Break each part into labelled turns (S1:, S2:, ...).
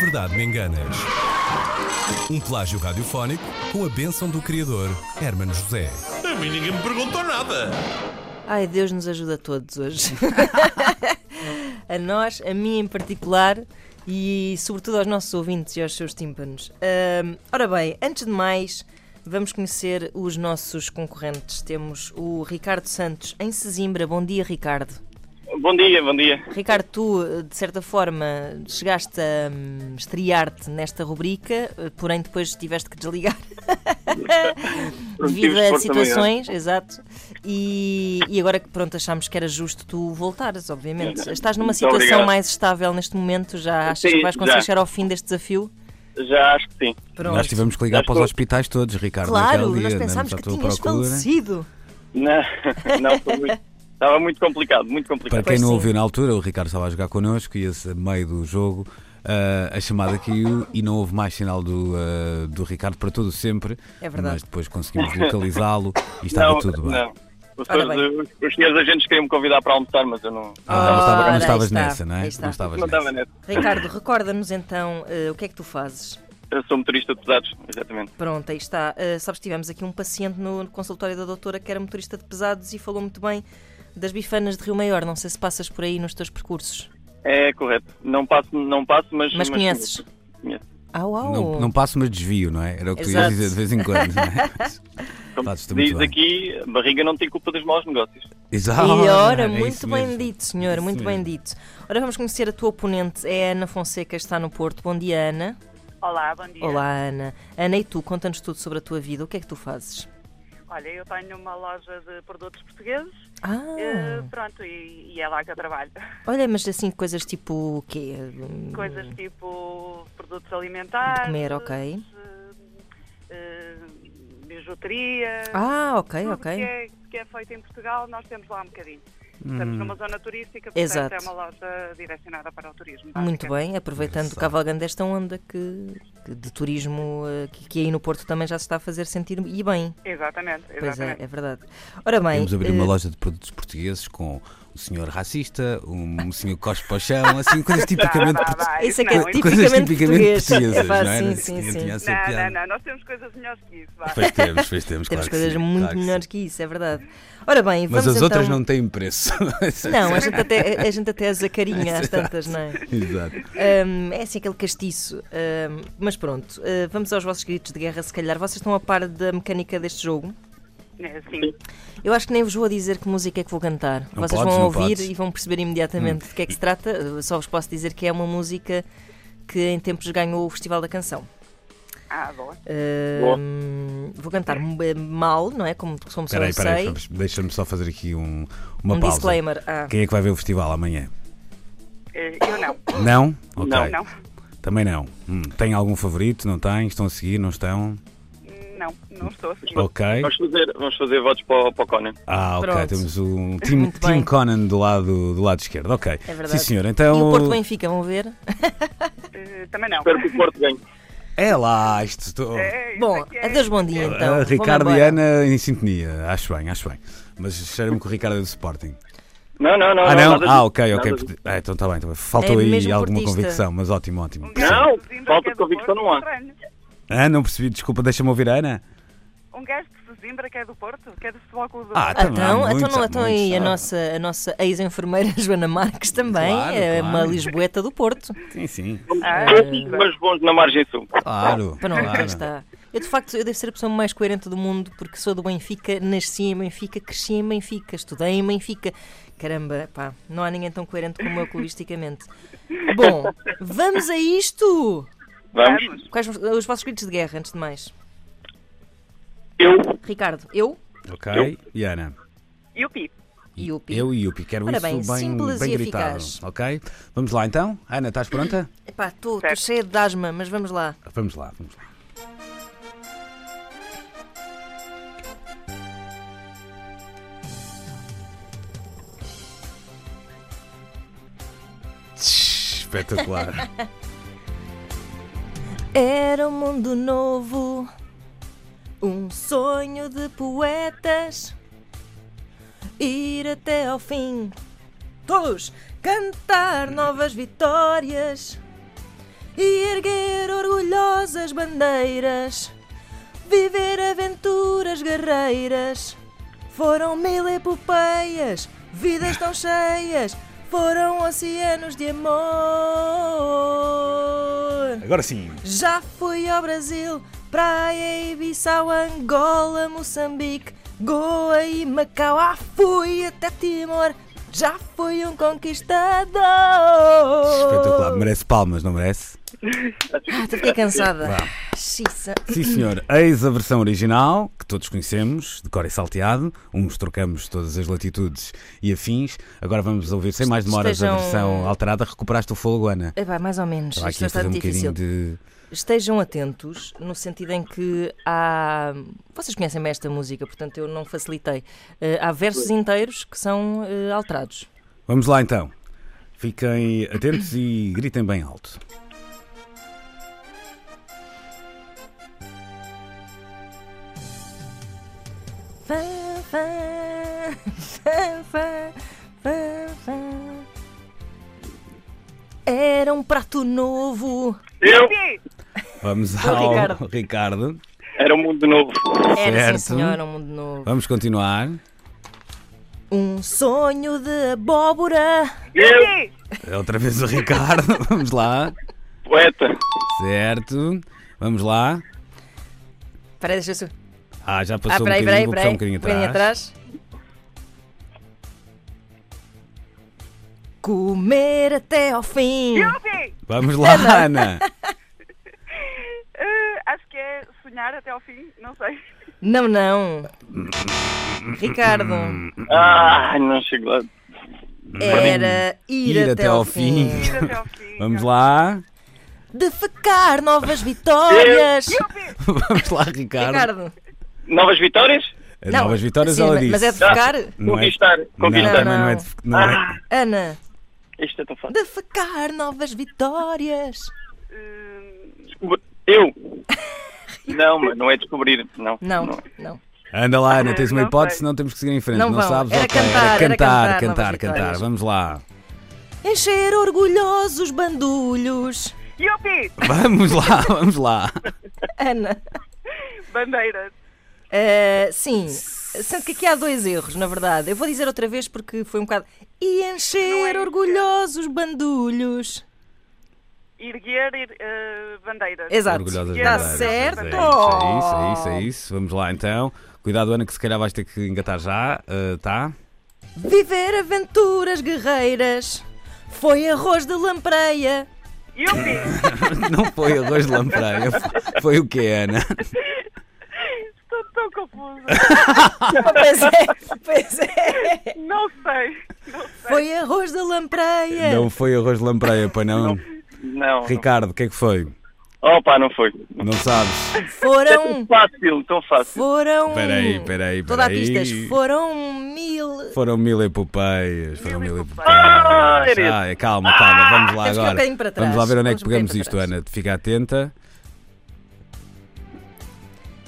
S1: Verdade Me Enganas. Um plágio radiofónico com a bênção do criador Hermano José.
S2: A mim ninguém me perguntou nada.
S3: Ai, Deus nos ajuda a todos hoje. a nós, a mim em particular e sobretudo aos nossos ouvintes e aos seus tímpanos. Ahm, ora bem, antes de mais, vamos conhecer os nossos concorrentes. Temos o Ricardo Santos em Sesimbra. Bom dia, Ricardo.
S4: Bom dia, bom dia.
S3: Ricardo, tu, eh, de certa forma, chegaste a hum, estrear-te nesta rubrica, eh, porém depois tiveste que desligar devido
S4: Tive
S3: a
S4: esforço também,
S3: situações, exato. E, e agora que pronto, achámos que era justo tu voltares, obviamente.
S4: Uhum.
S3: Estás numa
S4: Muito
S3: situação
S4: obrigado.
S3: mais estável neste momento, já achas
S4: Sim,
S3: que vais conseguir
S4: já.
S3: chegar ao fim deste desafio?
S4: Já acho que sim.
S3: Pronto.
S5: Nós tivemos que ligar
S4: Já
S5: para os
S4: estou.
S5: hospitais todos, Ricardo.
S3: Claro,
S5: naquele
S3: nós
S5: dia,
S3: pensámos
S5: andamos né, à
S3: que
S5: tua
S3: tinhas
S5: procura.
S3: falecido.
S4: Não, não foi muito. Estava muito complicado, muito
S5: Para
S4: complicado.
S5: quem
S3: Pois
S5: não
S3: sim.
S5: ouviu na altura, o Ricardo estava a jogar connosco e esse a meio do jogo ah, a chamada caiu e não houve mais sinal do, ah, do Ricardo para todo sempre.
S3: É verdade.
S5: Mas depois conseguimos localizá-lo e estava
S4: não,
S5: tudo bem.
S4: não. Os,
S3: Ora
S4: senhores- os, os senhores agentes queriam me convidar para almoçar, mas eu não.
S5: Ah, não, estava-
S3: Ora,
S5: não
S3: aí
S5: estavas
S3: está,
S5: nessa, não é?
S3: aí está.
S5: Não estavas
S4: Não estava
S5: nessa.
S4: neto.
S3: Ricardo, recorda-nos então eh, o que é que tu fazes?
S4: Eu sou motorista de pesados, exatamente.
S3: Pronto, aí está. Uh, sabes, tivemos aqui um paciente no no consultório da doutora que era motorista de pesados e falou muito bem das bifanas de Rio Maior. Não sei se passas por aí nos teus percursos.
S4: É correto. Não passo, não passo, mas.
S3: Mas conheces? Ah,
S4: Conheço.
S3: Au, au.
S5: Não, não passo, mas desvio, não é? Era o que tu ias
S3: Oh. Exato.
S5: dizer de vez em quando, não é? Mas-
S4: Como
S5: Fazes-te
S4: se
S5: muito
S4: diz
S5: bem.
S4: aqui, barriga não tem culpa dos maus negócios.
S5: Exato.
S3: E ora,
S5: é
S3: muito
S5: isso
S3: bem
S5: mesmo.
S3: dito, senhor,
S5: Isso
S3: muito bem
S5: mesmo.
S3: dito. Ora, vamos conhecer a tua oponente, é a Ana Fonseca, está no Porto. Bom dia, Ana.
S6: Olá, bom dia.
S3: Olá, Ana. Ana, e tu, conta-nos tudo sobre a tua vida, o que é que tu fazes?
S6: Olha, eu tenho uma loja de produtos portugueses. eh,
S3: Ah,
S6: pronto, e, e é lá que eu trabalho.
S3: olha, mas assim, coisas tipo o quê? Hum,
S6: Coisas tipo produtos
S3: De
S6: alimentares.
S3: comer, ok.
S6: eh, eh, bijuteria.
S3: Ah, ok,
S6: tudo
S3: ok.
S6: Que é, que é feito em Portugal, nós temos lá um bocadinho. Estamos numa zona turística, portanto
S3: Hum. Exato.
S6: é uma loja direcionada para o turismo.
S3: Muito
S6: basicamente.
S3: bem, aproveitando,
S5: Engraçado.
S3: cavalgando esta onda que, que de turismo eh, que, que aí no Porto também já se está a fazer sentir e bem.
S6: Exatamente,
S3: Pois é,
S6: exatamente.
S3: é verdade. Ora bem,
S5: Vamos abrir
S3: eh,
S5: uma loja de produtos portugueses com um senhor racista, um senhor que cospe para o chão, assim, coisas tipicamente
S6: Vá, vá,
S5: portu-
S6: vá,
S3: isso é que é
S6: não,
S3: típico.
S5: coisas
S3: tipicamente
S5: tipicamente
S3: português.
S5: portuguesas,
S3: Epá,
S5: não é?
S3: sim,
S5: Não-
S3: sim,
S5: não
S3: sim.
S5: tinha essa
S6: Não, não,
S5: piada.
S6: não, nós temos coisas melhores que isso. Vá.
S5: Pois temos, pois temos,
S3: temos
S5: claro que
S3: coisas
S5: sim,
S3: muito
S5: claro que
S3: melhores
S5: sim.
S3: que isso, é verdade. Ora bem,
S5: Mas
S3: vamos
S5: as outras
S3: então-
S5: não têm preço.
S3: Não, a gente até, a gente até zacarinha às tantas, não é?
S5: Exato.
S3: Hum, é assim aquele castiço. Hum, mas pronto, eh, vamos aos vossos gritos de guerra, se calhar. Vocês estão a par da mecânica deste jogo?
S6: É, Sim.
S3: Eu acho que nem vos vou dizer que música é que vou cantar.
S5: Não
S3: Vocês
S5: podes,
S3: vão
S5: não
S3: ouvir
S5: podes. Hum.
S3: e vão perceber imediatamente de que é que se trata. Eu Só vos posso dizer que é uma música que em tempos ganhou o Festival da Canção.
S6: Ah, boa.
S5: Eh,
S3: Hum, vou cantar eh, mal, não é? Como, como só
S5: Espera aí,
S3: eu
S5: espera aí,
S3: sei.
S5: vamos- deixa-me só fazer aqui um, uma
S3: um
S5: pausa.
S3: disclaimer. Ah,
S5: Quem é que vai ver o festival amanhã?
S6: Eh, Eu não.
S5: Não? Ok.
S4: Não,
S6: Não,
S5: Também não. Hum, Tem algum favorito? Não tem? Estão a seguir? Não estão?
S6: não, não estou a seguir.
S5: Ok.
S4: Vamos fazer, vamos fazer votos para, o- para o Conan.
S5: Ah, ok,
S3: Pronto.
S5: temos um Team,
S3: Muito bem.
S5: team Conan do lado, do lado esquerdo, ok.
S3: é verdade.
S5: Sim, senhor,
S3: E o
S5: então.
S3: Porto Benfica, vão ver?
S6: Eh, Também não.
S4: Espero que o Porto ganhe.
S5: É lá, isto estou.
S6: É, isso
S3: Bom,
S6: é que é.
S3: adeus, bom dia então.
S5: Ah,
S3: Vou-me
S5: Ricardo e
S3: embora.
S5: Ana em sintonia, acho bem, acho bem. Mas cheira-me que o Ricardo é do Sporting.
S4: Não, não, não.
S5: ah, não?
S4: nada disso.
S5: Ah, ok, ok.
S4: Nada disso.
S5: Ah, então está bem, tá bem. Faltou
S3: É
S5: aí
S3: mesmo
S5: alguma
S3: portista.
S5: convicção, mas ótimo, ótimo.
S6: Um gajo
S4: Não,
S6: de Sesimbra
S4: falta
S6: que é
S4: de
S6: do
S4: convicção
S6: Porto,
S4: não há.
S6: estranho.
S5: Ah, não percebi, desculpa, deixa-me ouvir a Ana.
S6: Um gajo de Sesimbra que é do Porto, que é do Futebol Clube do
S5: Ah,
S6: Porto.
S5: tá. Também há
S3: Então, então,
S5: muitos,
S3: não,
S5: há
S3: então
S5: muitos,
S3: aí a
S5: há.
S3: nossa, a nossa ex-enfermeira Joana Marques também
S5: Claro,
S3: é uma
S5: claro.
S3: Lisboeta do Porto.
S5: Sim, sim.
S6: Ah,
S4: Poucos, mas um bons na margem sul.
S5: Claro.
S3: Pronto,
S5: claro.
S3: aí está. Eu de facto eu devo ser a pessoa mais coerente do mundo porque sou do Benfica, nasci em Benfica, cresci em Benfica, estudei em Benfica. Caramba, pá, não há ninguém tão coerente como eu clubisticamente. Bom, vamos a isto!
S4: Vamos.
S6: Vamos.
S3: Quais vos- os vossos gritos de guerra, antes de mais?
S4: Eu,
S3: Ricardo, eu
S5: Ok. E Ana?
S6: E o Pi?
S3: e o Pi.
S5: Eu e o Pi. Quero
S3: Ora
S5: isso
S3: bem,
S5: bem,
S3: simples
S5: bem
S3: e
S5: gritado.
S3: eficaz.
S5: Ok? Vamos lá então? Ana, estás pronta?
S3: Epá, estou
S6: Certo.
S3: cheia de asma, mas vamos lá.
S5: Vamos lá, vamos lá. Espetacular.
S3: Era um mundo novo, um sonho de poetas. Ir até ao fim, todos cantar novas vitórias. e erguer orgulhosas bandeiras, viver aventuras guerreiras. Foram mil epopeias, vidas tão cheias, foram oceanos de amor.
S7: Agora sim.
S3: Já fui ao Brasil, Praia, Ibiçal, Angola, Moçambique, Goa e Macau. Ah, fui até Timor, já fui um conquistador.
S5: Espetacular. Merece palmas, não merece?
S3: Ah, até fiquei cansada. Xiça.
S5: Sim, senhor. Eis a versão original, que todos conhecemos, de cor e salteado. Uns trocamos todas as latitudes e afins. Agora vamos ouvir, sem mais demoras,
S3: Estejam-
S5: a versão alterada. Recuperaste o fôlego, Ana?
S3: Epá, mais ou menos.
S5: Estava
S3: Isto
S5: aqui a
S3: está
S5: fazer um
S3: difícil.
S5: bocadinho de...
S3: Estejam atentos, no sentido em que há. Vocês conhecem bem esta música, portanto eu não facilitei. Eh, há versos inteiros que são eh, alterados.
S5: Vamos lá, então. Fiquem atentos e gritem bem alto.
S3: Fã, fã, fã, fã, fã, fã. Era um prato novo.
S4: Eu
S6: Sim,
S5: Vamos ao
S3: Ricardo.
S5: Ricardo.
S4: era um mundo novo.
S3: Era,
S5: Certo.
S3: sim, senhora, um mundo novo.
S5: Vamos continuar.
S3: Um sonho de abóbora.
S4: Eu,
S6: sim.
S5: É Outra vez o Ricardo. Vamos lá.
S4: poeta.
S5: Certo. Vamos lá.
S3: Espera, aí, deixa eu.
S5: Ah, já
S3: Ah,
S5: passou um
S3: peraí,
S5: bocadinho.
S3: peraí,
S5: Vou puxar
S3: peraí.
S5: um bocadinho
S3: bocadinho atrás. Comer até ao fim.
S6: Eu sim.
S5: Vamos lá,
S3: É
S5: Ana.
S6: Eh, acho que é sonhar até ao fim, não sei.
S3: Não, não. Ricardo,
S5: Hum,
S4: Ah, não chego lá.
S3: era ir,
S5: Hum, Ir até ao fim.
S6: Ir até ao fim.
S5: Vamos lá.
S3: Defecar novas vitórias.
S5: Vamos lá, Ricardo.
S3: Ricardo.
S4: Novas vitórias?
S5: As
S3: Não,
S5: novas vitórias,
S3: sim,
S5: ela
S3: mas-
S5: disse.
S3: mas é defecar?
S5: Não é-
S4: Conquistar, conquistar.
S5: Não, também não é de- não é-
S3: Ana,
S4: Isto é tão fácil.
S3: defecar novas vitórias.
S4: Descobri- Eu? Não, mas não é descobrir. Não.
S3: Não, não.
S5: Anda lá, Ana, tens uma
S6: Não
S5: hipótese,
S6: sei.
S5: não temos que seguir em frente.
S3: Não
S5: Não,
S3: vão.
S5: sabes?
S3: Era
S5: Ok,
S3: cantar, era
S5: cantar,
S3: cantar, novas
S5: cantar,
S3: vitórias.
S5: cantar. Vamos lá.
S3: Encher orgulhosos bandulhos.
S6: Yupi!
S5: Vamos lá, vamos lá.
S3: Ana.
S6: Bandeiras.
S3: Uh, sim, sendo que aqui há dois erros, na verdade. Eu vou dizer outra vez porque foi um bocado. E
S5: é
S3: encher orgulhosos bandulhos.
S6: Erguer eh, bandeiras.
S3: Exato. Tá
S5: Orgulhosas
S6: Está
S5: bandeiras.
S3: certo.
S5: É isso, é isso, é isso, é isso. Vamos lá então. Cuidado, Ana, que se calhar vais ter que engatar já, eh, tá?
S3: Viver aventuras guerreiras foi arroz de lampreia.
S6: Yupi!
S5: Não foi arroz de lampreia, foi- foi o que, Ana?
S6: Estou tão confusa.
S3: pois é, pois é.
S6: Não sei. Não sei.
S3: Foi arroz de lampreia.
S5: Não foi arroz de lampreia, pois não.
S4: Não.
S5: Ricardo, o que é que foi?
S4: Opa, não foi.
S5: Não sabes?
S3: Foram.
S4: Fácil, tão fácil.
S3: Foram.
S5: Peraí, peraí,
S3: Toda a
S5: peraí.
S3: pistas. Foram mil.
S5: Foram mil epopeias, foram mil
S6: Mil
S5: epopeias.
S4: epopeias.
S5: Ah, calma, calma, vamos lá
S3: Temos que ir um
S5: agora.
S3: bocadinho para trás.
S5: Vamos lá ver onde é que
S3: Vamos um bocadinho
S5: pegamos
S3: para
S5: isto,
S3: trás.
S5: Ana. Fica atenta.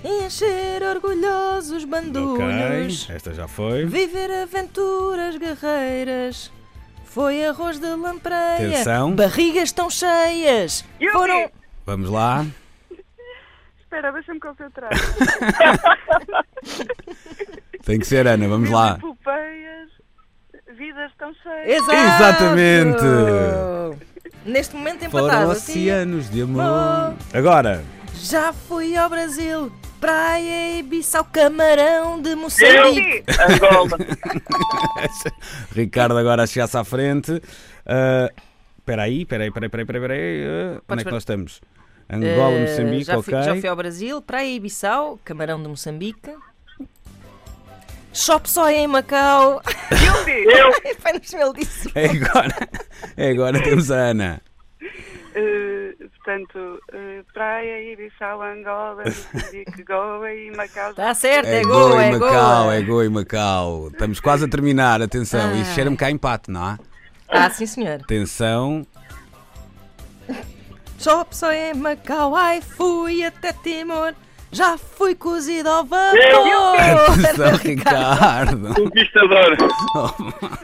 S3: Encher orgulhosos
S5: Ok,
S3: bandulhos.
S5: esta já foi.
S3: Viver aventuras guerreiras. Foi arroz de lampreia.
S5: Atenção.
S3: Barrigas tão cheias.
S6: Yupi!
S3: Foram.
S5: Vamos lá.
S6: Espera, deixa-me concentrar.
S5: Tem que ser, Ana, vamos lá.
S6: Popeias. Vidas tão cheias.
S3: Exato.
S5: Exatamente.
S3: Neste momento
S5: Foram
S3: empatado. assim.
S5: oceanos de amor. Agora,
S3: Já fui ao Brasil. Praia e Bissau Camarão de Moçambique.
S4: Angola.
S5: Ricardo agora a chegar-se à frente. Ah, Espera aí, espera aí, espera aí, espera aí, espera aí. Ah, onde é que
S3: ver.
S5: nós estamos? Angola,
S3: Eh,
S5: Moçambique,
S3: já
S5: ok.
S3: Fui, já fui ao Brasil, Praia e Bissau, Camarão de Moçambique. Shop só em Macau.
S6: Yupi!
S4: Eu?
S3: Apenas ele disse.
S5: É agora, é agora temos a Ana.
S6: Eh, portanto, eh, Praia, Ibiçal, Angola, Moçambique, Goa e Macau.
S3: Está certo, é,
S5: É
S3: gol,
S5: Goa e
S3: é gol.
S5: Macau, é Goa e Macau. Estamos quase a terminar, atenção. E cheira-me cá empate, não há?
S3: Ah, sim, senhor.
S5: Atenção.
S3: Shop só em Macau, ai fui até Timor. Já fui cozido ao Oh, vapor.
S5: Atenção, Ricardo.
S4: Conquistador.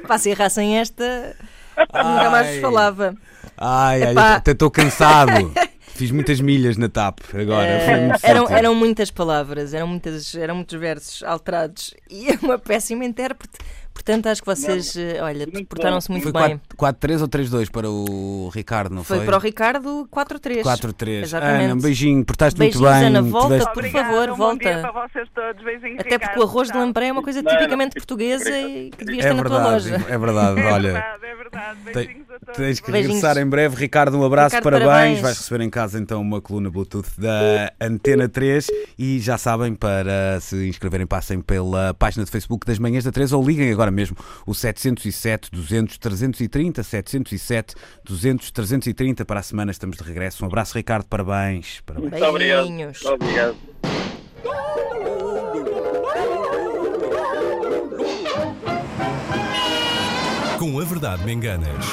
S3: Pá, se errassem esta, nunca mais
S5: Ai.
S3: vos falava.
S5: Ai, ai,
S3: Epá.
S5: eu até estou cansado. Fiz muitas milhas na TAP agora. É, foi
S3: Eh,
S5: muito
S3: eram,
S5: fácil.
S3: eram muitas palavras, eram, muitas, eram muitos versos alterados e é uma péssima intérprete. Portanto, acho que vocês, eh, olha, portaram-se muito
S5: Foi
S3: bem.
S5: 4-3 ou 3-2 para o Ricardo, não foi?
S3: Foi para o Ricardo 4-3.
S5: 4-3.
S3: Exatamente.
S5: Ana, um beijinho, portaste muito
S3: Beijinhos,
S5: bem.
S3: Ana, volta.
S5: tiveste-
S3: Por
S6: Obrigada,
S3: favor,
S6: um
S3: volta.
S6: Bom dia para vocês todos. Beijinhos,
S3: Até porque o
S6: Ricardo.
S3: arroz de
S6: Tchau.
S3: lampré é uma coisa
S4: Não,
S3: tipicamente
S4: não.
S3: portuguesa e que devias
S5: É
S3: ter na tua
S5: verdade,
S3: loja.
S5: é verdade,
S6: É
S5: olha.
S6: verdade, é verdade.
S5: Tem-
S6: Beijinhos a todos.
S5: Tens que
S3: Beijinhos.
S5: regressar em breve. Ricardo, um abraço,
S3: Ricardo,
S5: parabéns.
S3: parabéns.
S5: Vais receber em casa então uma coluna Bluetooth da Antena 3 e já sabem, para se inscreverem, passem pela página de Facebook das Manhãs da 3 ou liguem agora mesmo o 707 200 330, 707 200 330 para a semana estamos de regresso. Um abraço, Ricardo, parabéns. parabéns.
S4: Muito obrigado.
S3: Beijinhos.
S4: Muito obrigado.
S1: Com a Verdade Me Enganas.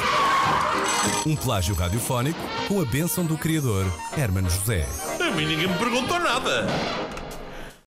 S1: Um plágio radiofónico com a bênção do criador, Hermano José.
S2: A mim ninguém me perguntou nada.